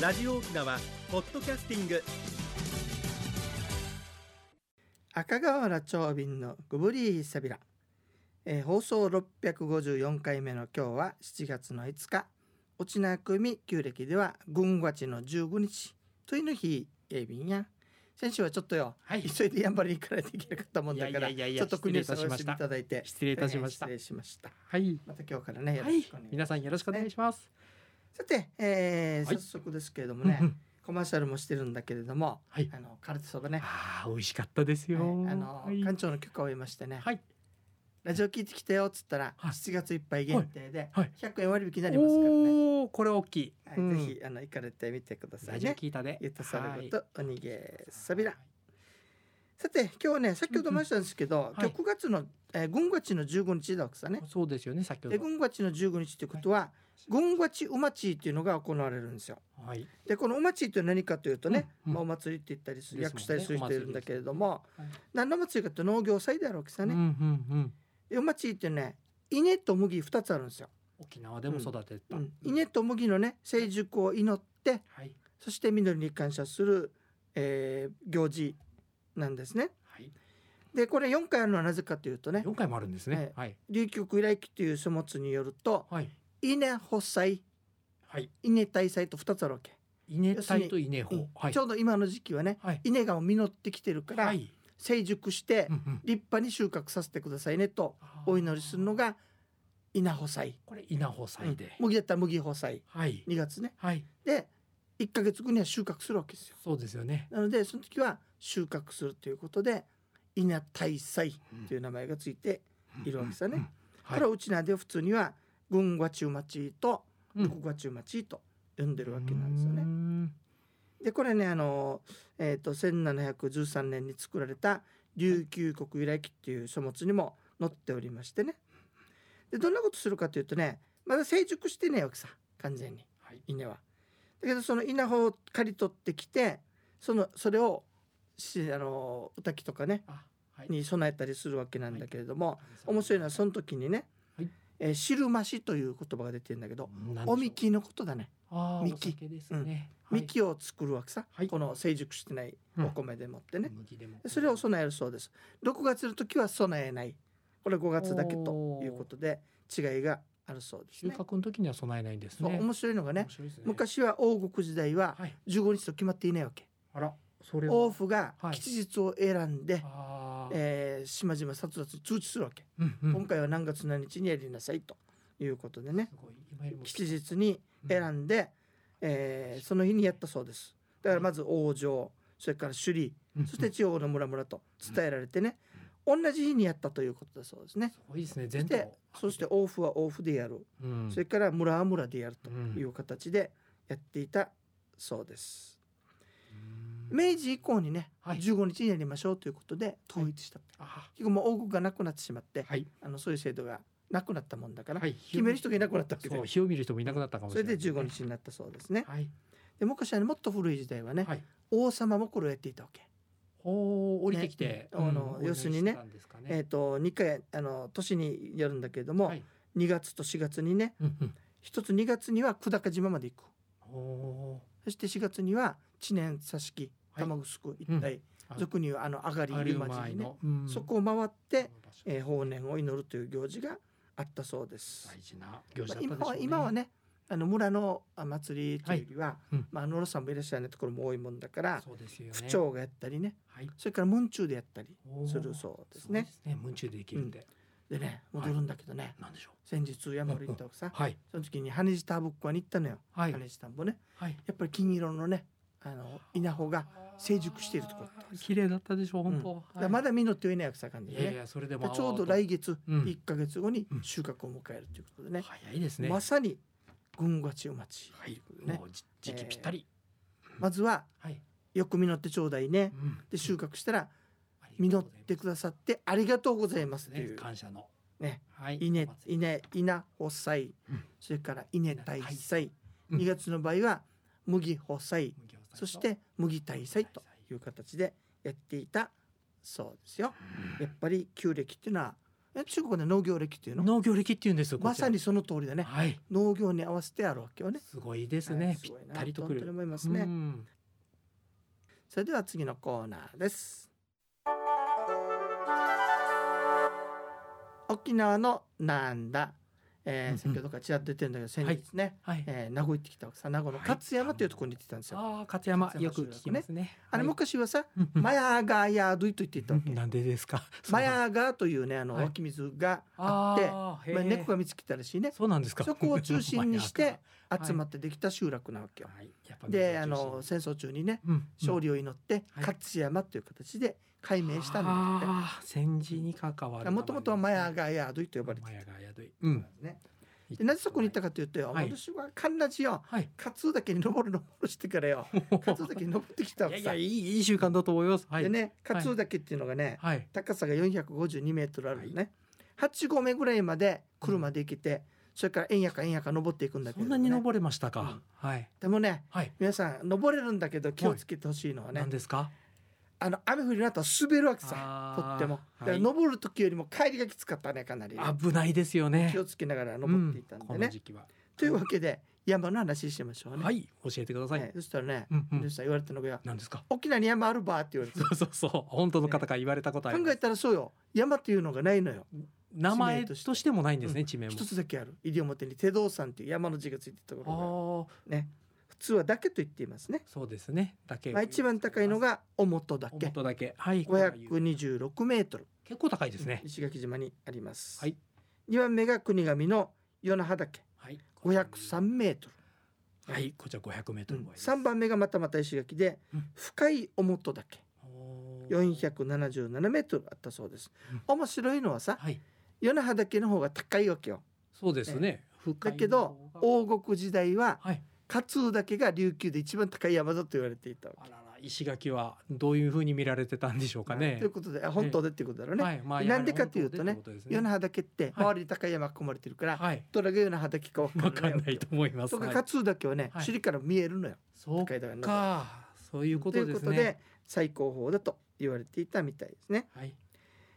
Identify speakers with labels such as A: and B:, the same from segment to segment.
A: ラジオ沖縄ポッドキャスティング
B: 赤川原町便のグブリーサビラ、えー放送654回目の今日は7月の5日沖縄組旧暦では軍和地の15日というの日えびんや先週はちょっとよ
C: はい
B: 急いでやんばるに行かないといけなかったもんだから
C: いやいやいやい
B: ち
C: や
B: ょっと国吉さんお
C: 失礼いたしまし
B: 休み
C: た
B: いただいて
C: 失礼いたしました
B: 大変失礼しました
C: はい。
B: また今日からねよ
C: は
B: ろ
C: い
B: しくお願いします、
C: 皆さんよろしくお願いします。
B: さて、えー
C: はい
B: 早速ですけれども
C: うんう
B: ね、
C: ん
B: コマーシャルもしてるんだけれども、
C: はい
B: あのカルテそば ね、
C: ああ、美味しかったですよ。
B: はいあの
C: はい
B: 館長の許可を得ましてね、
C: はい。
B: ラジオ聞いてきたよっつったら、
C: はい
B: 7月いっぱい限定で
C: はい
B: 100円割引になりますからね、
C: おお、これ大きい。
B: はい
C: うん
B: ぜひあの行かれてみてくださ
C: ラ
B: い
C: ジオ
B: ね
C: 聞いたで。
B: ゆたさらご
C: は
B: とおに
C: い
B: げさびらさて今日ね先ほども話したんですけど、
C: うんはい
B: 今日9月の、えー、軍ごちの15日だわけさね
C: そうですよね、先ほ
B: で
C: ど。
B: 軍ごちの15日ということは、軍ごちうまちっていうのが行われるんですよ
C: はい。
B: でこのうまちって何かというとね、
C: うんうん
B: まあ、お祭りって言ったりする
C: ですもんね
B: 訳したりする人いるんだけれども、
C: お祭りです
B: 何の祭りかって農業祭であるわけさ
C: うんうん
B: ね、
C: うん。
B: でうまちってね稲と麦2つあるんですよ
C: 沖縄でも育てた。
B: うん、稲と麦のね成熟を祈って
C: はい。
B: そして緑に感謝する、えー行事なんですね。
C: はい。
B: でこれ4回あるのはなぜかというとね
C: 四回もあるんですね。はい。
B: 琉球国来記という書物によると
C: はい。
B: 稲発祭
C: はい。
B: 稲大祭と2つあるわけ、
C: 稲体と稲穂。はい
B: ち。ょうど今の時期はね
C: はい。
B: 稲が実ってきてるから、
C: はい。
B: 成熟して
C: うんうん
B: 立派に収穫させてくださいねとお祈りするの。が稲穂祭、
C: これ稲穂
B: う
C: 祭
B: ん
C: で。
B: 麦だったら麦穂祭
C: はい。
B: 2月ね
C: はい。
B: で1ヶ月後には収穫するわけですよ。
C: そうですよね。
B: なのでその時は収穫するということで稲大祭という名前がついて、いるわけですよね
C: うんうんうん。はい
B: これはうちなでは普通には軍和中町と
C: うん
B: 国和中町と呼んでるわけなんですよね。
C: ね。
B: でこれねあの、えー、と1713年に作られた琉球国由来記っていう書物にも載っておりましてね。でどんなことするかというとねまだ成熟してねえわけさ完全に。
C: はい。
B: 稲は。だけどその稲穂を刈り取ってきてそのそれをしあのおたきとかね
C: あ、はい。
B: に備えたりするわけなんだけれども、面白いのはその時にね「
C: はい
B: えー汁まし」という言葉が出てるんだけど
C: なんでしょう
B: おみ。きのことだね。
C: ああ、
B: み
C: み
B: き
C: きですね。はい
B: み。きを作るわけさ、
C: はい
B: この成熟してないお米でもってね、
C: 麦でも
B: それを備えるそうです6月の時は備えないこれ5月だけと
C: おー
B: いうことで違いがあるそうです
C: 収
B: ね
C: 穫の時には備えないんです
B: そう
C: ね。
B: 面白いのがね
C: 面白いですね。
B: 昔は王国時代は
C: はい。
B: 15日と決まっていないわけ、
C: あら、それ
B: 王
C: を。
B: 府が
C: はい
B: 吉日を選んで、
C: ああ。
B: えー島々殺殺に通知するわけ、
C: うんうん
B: 今回は何月何日にやりなさいということでね
C: すごい今よりも
B: 吉日に選んで、えーその日にやったそうですだからまず王城それから首里
C: うん
B: そして地方の村々と伝えられてね同じ日にやったということだそうですね
C: すごいですね。
B: そ
C: 全土
B: してそして王府は王府でやる
C: うん
B: それから村は村でやると
C: うん
B: いう形でやっていたそうです
C: うん
B: 明治以降にね
C: はい
B: 15日にやりましょうということで統一したって
C: あ
B: 結構もう王国がなくなってしまって
C: はい
B: あのそういう制度がなくなったもんだから
C: はい。
B: 決める人がいなくなったわけで
C: そう火を見る人もいなくなったかもし
B: それ
C: れない。
B: で15日になったそうですね
C: はい
B: で昔はねもっと古い時代はね、
C: はい。
B: 王様もこれをやっていたわけ、
C: おお降りてきて
B: ね、あの
C: うん
B: 要するにね。
C: お祈りしてたんですか
B: え
C: ね
B: っ、と2回あの年にやるんだけれども、
C: はい
B: 2月と4月にね
C: うんうん
B: 1つ2月には久高島まで行く
C: お
B: そして4月には知念挿木
C: はい
B: 玉城一
C: う
B: 帯、俗に言うあの上がり
C: あ
B: 入
C: る
B: 町
C: 前
B: にね
C: の、うん
B: そこを回って、
C: この場所
B: えー法年を祈るという行事があったそうです、
C: 大事な行事
B: ま
C: だ
B: あ
C: ったでしょう
B: 今は今はねあの村のあ祭りというよりは、
C: うん
B: まあ、野呂さんもいらっしゃらないところも多いもんだから、
C: そうですよね。
B: 府長がやったりね
C: はい。
B: それから文中でやったり
C: おー
B: するそうですね。
C: そうですね。文中でできるんで。
B: でね
C: はい
B: 戻るんだけどね、
C: なんでしょう。
B: 先日山盛り行ったわけさ、
C: はい。
B: その時に羽地田ぶっこに行ったのよ、
C: はい。
B: 羽地田んぼね
C: はい。
B: やっぱり金色のねあの稲穂が、成熟しているところだったんです
C: 綺麗だったでしょう。
B: うん
C: 本当。
B: だか
C: は
B: ら
C: い
B: ま。だ実ってはいないわけさ感じ
C: い
B: で
C: や
B: ね
C: いや、それで
B: で
C: も。
B: ちょうど来月
C: うん
B: 1か月後に
C: うん
B: 収穫を迎えるということでね、
C: 早いですね。
B: まさに軍がちお待ち、
C: はい。
B: ね
C: もうじ時期ぴったり。
B: まずは
C: はい。
B: よく実ってちょうだいね
C: うん
B: で収穫したら
C: ありが
B: 実
C: と
B: っ
C: うございます
B: てくださってありがとうございますとい
C: ね
B: う
C: 感謝の。
B: ね
C: はい。
B: 稲
C: お祭り
B: 稲稲穂祭、
C: うん
B: それから稲大
C: 稲大
B: 祭、
C: うん
B: 2月の場合は麦穂祭、
C: 麦を祭りと
B: そして麦大祭と
C: 大祭
B: いう形でやっていたそうですよやっぱり旧暦っていうのはえ中国で農業歴っていうの
C: 農業歴っていうんですよ。こ
B: ま
C: ちら
B: さにその通りだね
C: はい。
B: 農業に合わせてあるわけよね
C: すごいです
B: は
C: ね
B: い。
C: ぴっ
B: ごいな
C: たりとく
B: 本当に
C: る。
B: 思いますね、
C: うん
B: それでは次のコーナーです沖縄のなんだ、えー
C: うんうん
B: 先ほどからちらっと出てるんだけど先日ね、
C: はい。
B: えー名護行ってきたわけさ名護の勝山というところに行ってきたんですよ、
C: ああ勝山
B: 勝山
C: よく聞きますね。
B: あれ
C: はい
B: 昔はさ、
C: うんうん
B: マヤーガーヤードゥイと言っていたわけ
C: なんでですか。
B: マヤーガーというねあの
C: はい
B: 湧き水があって、
C: あって
B: まあ、猫が見つけたらしいね
C: そうなんですか。
B: そこを中心に して
C: はい
B: 集まってできた集落なわけよ、
C: はい。やっぱ
B: で
C: 猫
B: あ
C: 中心
B: の戦争中にね
C: うんうん
B: 勝利を祈って、
C: はい
B: 勝山という形で改名したんだって
C: ああ戦時に関わる。
B: もともとはマヤーガーヤードゥイと呼ばれて
C: マヤが宿い。
B: た
C: うんん
B: で。すね、でなぜそこに行ったかというとよ、
C: はい
B: 私はカンラジよ
C: はい。
B: 勝岳に登る登るしてからよ勝岳に登ってきたわ
C: い やい
B: けさ
C: やいいいい習慣だと思います。はい。
B: でね勝岳っていうのがね、
C: はい。
B: 高さが452メートルあるのね、8合目ぐらいまで車で行けて、それから円やか円やか登っていくんだけ
C: そ
B: ど、
C: ん
B: ね、
C: なに登れましたか。はい。
B: でもね
C: はい。
B: 皆さん登れるんだけど気をつけてほしいのはね、
C: 何ですか。
B: あの雨降りの後は滑るわけさ
C: あ
B: と
C: ー
B: っても、だから
C: はい
B: 登る時よりも帰りがきつかったねかなりね、
C: 危ないですよね
B: 気。をつけながら登っていたんで
C: こ
B: ね、
C: の時期は。
B: というわけで山の話しましょうね、
C: はい。教えてくださ
B: ね
C: い。
B: そしたらね、
C: うんう
B: で
C: ん。
B: さ言われたのがよ
C: 何ですか。
B: 「沖縄に山あるば」って言われて
C: そうそうそう。本当の方から言われたことあり
B: 考
C: ま
B: え
C: す。
B: たらそうよ山っていうのがないのよ
C: 名前としてもないんですね。地名も。
B: 一つだけある西表に手動山っていう山の字がついてるところ
C: あ
B: が
C: あ、
B: ね、普通はだけと言っていますね。
C: そうですね。だけ。
B: まあ、一番高いのが尾本だけ
C: 本、当だけ。はい。
B: 五百二十六メートル、
C: 結構高いですね。
B: 石垣島にあります。
C: はい
B: 二番目が国神の与那覇岳、
C: はい。
B: 五百三メートル。
C: はい、こちら500メー
B: う
C: トル
B: ん
C: 超えです。
B: 三、番目がまたまた石垣で、
C: うん
B: 深い尾本岳、
C: おー
B: 四百七十七メートルあったそうです。面白いのはさ、
C: はい、
B: 与那覇岳の方が高いわけよ。
C: そうですね。深い
B: だけど
C: 方が
B: 王国時代は
C: はい。
B: 勝岳が琉球で一番高い山だと言われていたわけ。
C: あらら、石垣はどういう風に見られてたんでしょうかね
B: という。ことで、あ本当でっていうことだろうね。
C: はい、まあ
B: なんでかというとね与那
C: な
B: 覇岳って
C: はい
B: 周りに高い山囲まれてるから、
C: はい、
B: どれが与那覇岳か分
C: わ
B: か
C: か
B: ん
C: ん
B: な
C: ないいと思います。
B: とか
C: はい
B: 勝岳はね、
C: はい
B: 尻から見えるのよ。
C: そう
B: 高いだからね
C: か、そういうことと
B: いう
C: で
B: こ
C: す
B: と
C: ね
B: で。最高峰だと言われていたみたいですね。
C: はい、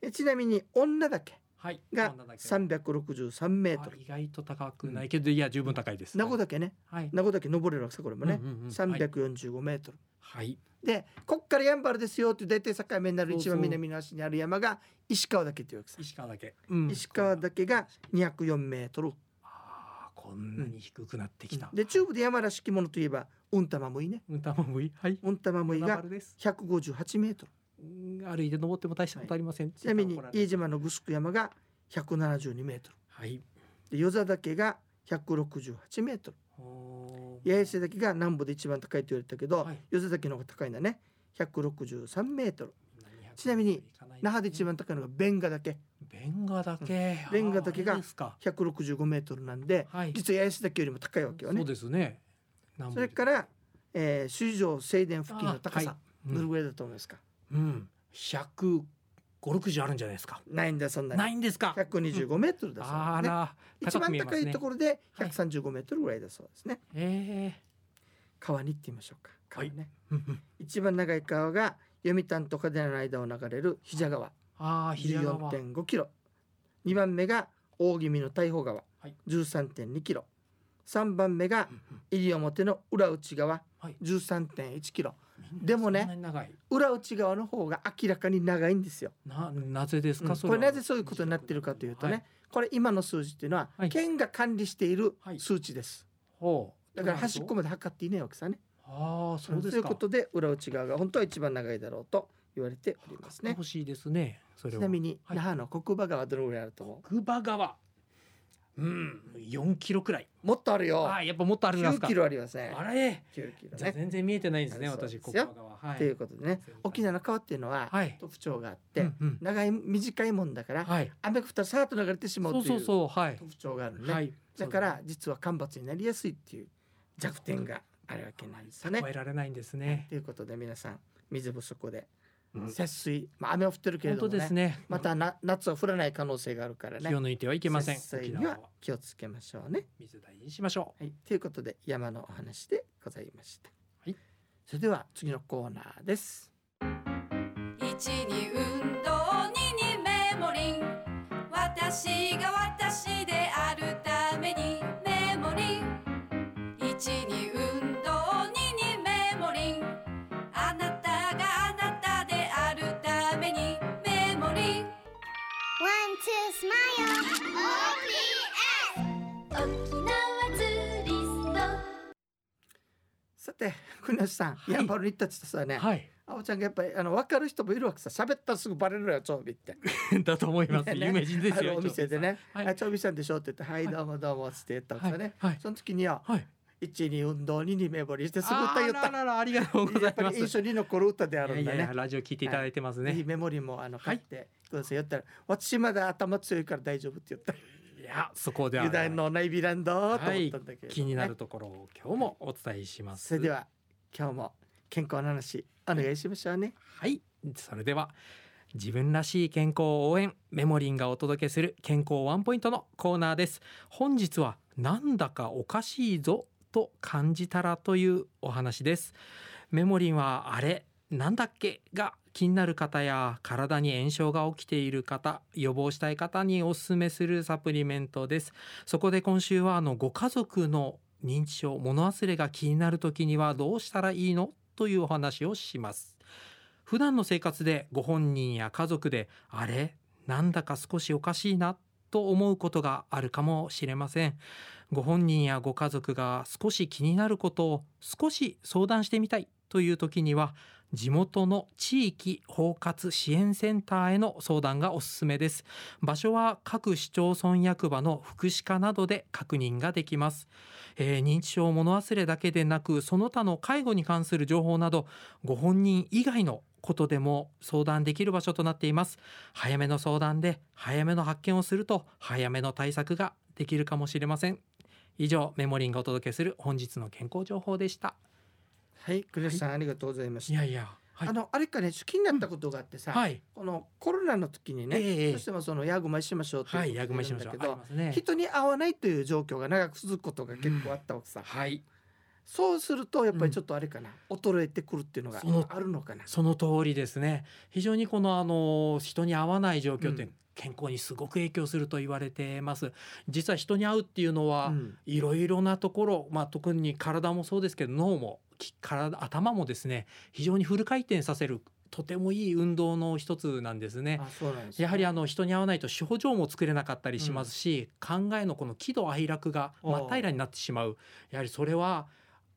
B: えちなみに女岳
C: はい。
B: が
C: なんだっけ
B: 363メート
C: あ
B: ル
C: 意外と高くないけど、いや十分高いです。
B: 名護岳ね
C: はい。
B: 名護岳登れるわけさこれもね
C: うんうんうん
B: 345メートル。
C: はい。
B: でこっからやんばるですよっていう大体境目になる一
C: そうそ
B: 番
C: う
B: 南の足にある山が石川岳っていうわけさ
C: 石川だけ。うん
B: 石川岳が204メートル。
C: ああ、こんなに低くなってきた。
B: で中部で山らしきものといえばうんたまもいいね。
C: うん、玉もいい。はい。
B: 温玉もい
C: ナ
B: が
C: バルです。
B: 158メートル
C: うん歩いて登っても大したことありません。
B: ちなみに
C: い
B: 飯島のグスク山が172メート
C: はい。
B: ルで与座岳が168メートル
C: おー
B: 八重瀬岳が南部で一番高いと言われたけど、
C: はい
B: 与座岳の方が高いんだね163メートルちなみに那覇で一。番高いのが弁賀岳
C: ベンガだけ。
B: ベンガだけが
C: あーあれですか。
B: 165メートルなんで
C: はい。
B: 実は八重瀬岳よりも高いわけよ
C: そ
B: ね
C: うですね。南
B: そ
C: 部で
B: れから、えー、水上正殿付近の高さ、
C: う
B: どれ
C: ん
B: ぐらいだと思いますか、
C: うん。百五六十あるんじゃないですか。
B: ないんだよそんな
C: な
B: に
C: いんですか。
B: 125メートルだそう
C: あ
B: ですね
C: ら。
B: 一番高いと
C: ろ。
B: ころで135メートルぐらいだそうですね。
C: ええ。
B: 川に行ってみましょうか。川ね。
C: うんうん
B: 一番長い川が読谷と嘉手納の間を流れる比謝川、
C: ああ、左側。
B: 14.5キロ。二番目が大宜味の大保川
C: はい、
B: 13.2キロ。三番目が
C: うんうん
B: 西表の裏内川
C: はい、
B: 13.1キロ。
C: みんな
B: でもね
C: そんなに長い。
B: 裏内側の方が明らかに長いんですよ。
C: な、なぜです
B: う
C: か。
B: ん
C: そ
B: こ
C: は
B: れなぜそういうことになってるかというとね、。これ今の数字っていうのは、
C: はい
B: 県が管理している
C: はい
B: 数値です。
C: ほう。
B: だから端っこ。まで測っていないわけさね。
C: ああ、そ
B: そうう
C: ですか。
B: いうことで裏内側が本当は一番長いだろうと言われておりますね
C: 欲。しいですね。それ
B: ち
C: を
B: なみに
C: はい
B: 那覇の国馬川どのぐらいあると思
C: クバ川。うん、四キロくらい。
B: う？もっとあるよ
C: あ。あ、やっぱもっとあるんです
B: 9
C: か。
B: キロありますね
C: あ。れ、
B: 9キロ
C: じゃあ
B: ね。
C: 全然見えてないんですね。
B: そう
C: 私
B: です
C: ク
B: よ
C: バ川。は
B: という
C: い。
B: ことでね、沖縄の川っていうのは
C: はい。
B: 特徴があっ
C: う
B: て
C: ん、うん
B: 長い短いもんだから
C: はい。
B: 雨が降ったらさーっと流れてしま
C: そうう
B: とい
C: そう
B: う
C: そう、はい。
B: 特徴があるの
C: は
B: ね。
C: い。
B: だから実は干ばつになりやすいっていう弱点があるわけなんですよね
C: 超。えられないんですね。
B: ということで皆さん水不足で
C: うん
B: 節水、まあ雨は降ってるけれ
C: 本
B: ど
C: 当
B: も
C: です
B: ね、
C: ね。
B: またな夏は降らない可能性があるからね
C: 気。を抜いてはいけません。
B: 節水
C: 沖
B: に
C: 縄
B: は
C: は
B: 気をつけましょうね。
C: 水大事にしましょ
B: はい、ということで山のお話でございました。
C: はい、
B: それでは次のコーナーです。
D: 1に運動2にメモリン私私が私であるためにメモリン1に運動2にメモリンあなたがあなたであるためにメモリン
E: One, two, smile. OPS.
B: さて国吉さん、
C: い
B: ヤンバルに行ったって言ってたね、
C: はい。
B: あおちゃんがやっぱりあの分かる人もいるわけさ喋ったらすぐバレるよ長尾って
C: だと思います。
B: ねね
C: 有名人です
B: あ
C: よ。
B: のお店でね「
C: はい
B: あ長尾さんでしょ」って言って「はいどうもどうも」っつって言ったんで
C: はい。
B: すよね、
C: はい。
B: その時には
C: はい。
B: 1に運動2にメモリーしてすぐ歌言った
C: あらららありがとうござ
B: やっ
C: い
B: ぱ
C: ます。
B: り印象に残る歌であるんだ
C: いやいや
B: ね
C: ラジオ聞いていただいてますね。
B: ぜ
C: い
B: ひメモリーもあの
C: は
B: 書
C: い
B: いてくださいよったら「私まだ頭強いから大丈夫」って言ったら
C: やそこでは
B: 油断のないヴィランドと思ったんだけれどね、
C: 気になるところを今日もお伝えします。
B: それでは今日も健康の話お願いしましょうね
C: はい、それでは自分らしい健康を応援メモリンがお届けする健康ワンポイントのコーナーです本日はなんだかおかしいぞと感じたらというお話ですメモリンはあれなんだっけが気になる方や体に炎症が起きている方予防したい方におすすめするサプリメントですそこで今週はあのご家族の認知症物忘れが気になる時にはどうしたらいいのというお話をします普段の生活でご本人や家族であれなんだか少しおかしいなと思うことがあるかもしれませんご本人やご家族が少し気になることを少し相談してみたいという時には地元の地域包括支援センターへの相談がおすすめです場所は各市町村役場の福祉課などで確認ができます、えー認知症物忘れだけでなくその他の介護に関する情報などご本人以外のことでも相談できる場所となっています早めの相談で早めの発見をすると早めの対策ができるかもしれません以上メモリンがお届けする本日の健康情報でした
B: はい国吉さん、ありがとうございました
C: いやいやはい
B: あのあれかねちょっと気になったことがあってさ、
C: はい
B: このコロナの時にね、
C: ええ
B: どうしてもそのヤグマしましょうって
C: はいいうや
B: こと
C: ぐ
B: にな
C: ま
B: る
C: し
B: ん
C: ましょ
B: だけ
C: う
B: ど、
C: ありますね
B: 人に会わないという状況が長く続くことが結構あったわけさ、
C: はい
B: そうするとやっぱりちょっとあれかな、衰えてくるっていうのが
C: その
B: あるのかな
C: その通りですね非常にこのあの人に会わない状況って、
B: うん
C: 健康にすごく影響すると言われてます実は人に会うっていうのは、
B: うん
C: いろいろなところ、まあ、特に体もそうですけど脳もき体頭もですね非常にフル回転させるとてもいい運動の一つなんですね。
B: あそうなんですね
C: やはりあの人に会わないと症状も作れなかったりしますし、考えのこの喜怒哀楽が
B: おう
C: 真っ平らになってしまうやはりそれは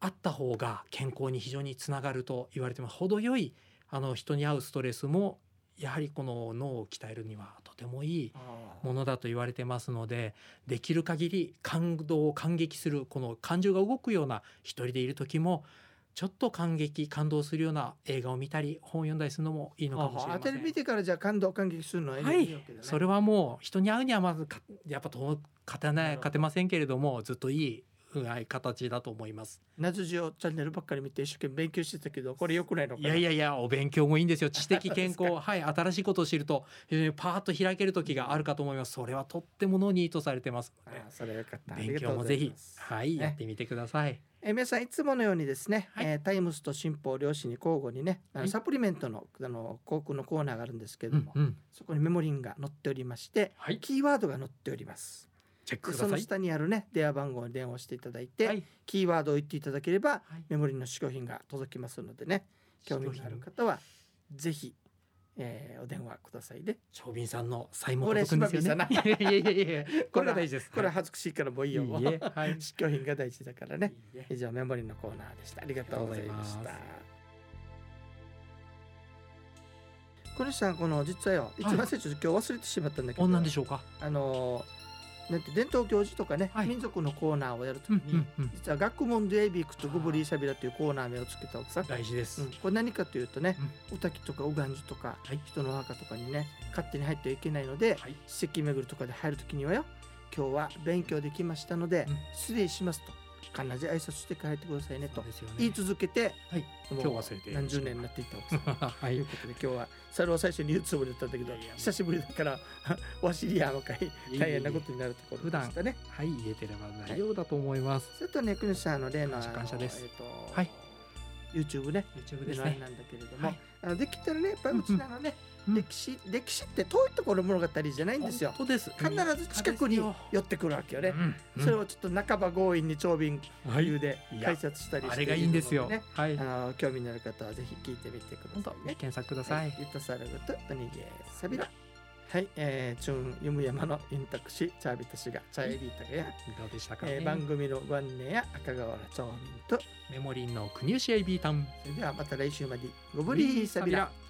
C: あった方が健康に非常につながると言われてます程よいあの人に会うストレスもやはりこの脳を鍛えるにはとてもいい
B: ああ
C: ものだと言われてますのでできる限り感動を感激するこの感情が動くような一人でいる時もちょっと感激感動するような映画を見たり本を読んだりするのもいいのかもしれ
B: ああ
C: ませ
B: テレビ見
C: ん。
B: てからじゃあ感動感激するのは
C: は
B: わ
C: い
B: けだ、ね
C: それはもう人に会うにはまずかやっぱと勝て
B: な
C: な
B: る
C: い
B: ほど
C: 勝てませんけれどもずっといいうんはい形だと思います
B: 謎字をチャンネルばっかり見て一生懸命勉強してたけどこれ良くないのか
C: い
B: な
C: やいやいやお勉強もいいんですよ知的健
B: そう
C: 康 はい新しいことを知ると非常にパーッと開ける時があるかと思いますそれはとってものに意図されてますので
B: ああそれはよかったあり
C: 勉
B: がと
C: 強
B: うご
C: も
B: ざ
C: ぜ
B: い
C: ひ
B: ます
C: はい、
B: ね
C: やってみてください。
B: えー皆さんいつものようにですね、
C: はい
B: えータイムスと新報両紙に交互にねあの
C: はい
B: サプリメントのあの広告のコーナーがあるんですけれ
C: う
B: ど
C: ん
B: も、
C: うん、
B: そこにメモリンが載っておりまして
C: はい、
B: キーワードが載っております
C: チェッ
B: で
C: クく
B: そ
C: ださ
B: の
C: い。
B: 下にあるね電話番号に電話していただいて、
C: はい、
B: キーワードを言っていただければ
C: はい
B: メモリンの試供品が届きますのでね興味のある方はぜひ、えーお電話くださいね
C: 長敏さんの才能
B: これ
C: 届くんですよね。
B: 柴
C: いやいやいやいや、これが
B: は
C: 大事です。
B: これは
C: は
B: 恥ずかしいからもうい
C: い
B: い
C: いいえ、
B: よもう
C: はい、い
B: 試供品が大事だからね
C: いえ
B: 以上メモリのコーナーでしたありがとうございまし
C: ありがとうござ
B: た
C: い
B: 小西さんこの実はよ一
C: はい
B: 番最初今日忘れてしまったんだけど、
C: こんなんでしょうか。
B: あのーなんて伝統行事とかね、
C: はい
B: 民族のコーナーをやるとき
C: う
B: に、
C: んうんうん、
B: 実は学問でエビクとグブリーサビラというコーナー名をつけたわけさ、
C: 大事です。
B: うん、これ何かというとね、おたきとかおがんじとか、
C: はい
B: 人のお墓とかにね勝手に入ってはいけないので、
C: はい、
B: 史跡巡りとかで入るときにはよ今日は勉強できましたので、
C: うん
B: 失礼しますと必ず挨拶して帰ってくださいねと
C: そうですよね
B: 言い続けて、
C: はい
B: も
C: 今
B: う
C: 日忘れて
B: 何十年になっていったわけで す。
C: は
B: とい、
C: いう
B: ことで今日はそれを最初に言うつもりだったんだけど
C: いやいやもう
B: 久しぶりだから わしりやのか
C: い
B: い
C: えいえ
B: 大変なことになるところでしたね。
C: はい、言えてれば大丈夫だと思います。
B: それとね国主さんあの例のあの
C: 感謝です
B: えーと
C: はい
B: YouTube ね
C: YouTube で
B: 目
C: す
B: の前
C: ね
B: なんだけれども、
C: はい
B: あのできたらねやっぱりうちな
C: う
B: のね、
C: んうん
B: 歴史歴史って遠いところの物語じゃないんですよ
C: 本当です
B: 必ず近く
C: 身
B: に
C: 近
B: 寄
C: で
B: ってくるわけよ
C: す
B: ね
C: よ、うんうん
B: それをちょっと半ば強引に長瓶
C: はい
B: 流で
C: いや
B: 解説したりして
C: あれがいいんですよ
B: るのでね
C: はい
B: あの興味のある方はぜひ聞いてみてくだ
C: 本
B: さ
C: 当
B: いね
C: 検索ください、
B: ゆとさるぐとおにげさびらはい、えー、チュンゆむやまのインタクシチャービタシがチャエリータがや、
C: どうでしたかね、
B: えー、番組のご案内や赤川町民と
C: メモリーの国吉 AB タウン
B: それではまた来週までごぶりーさびら
C: ビラ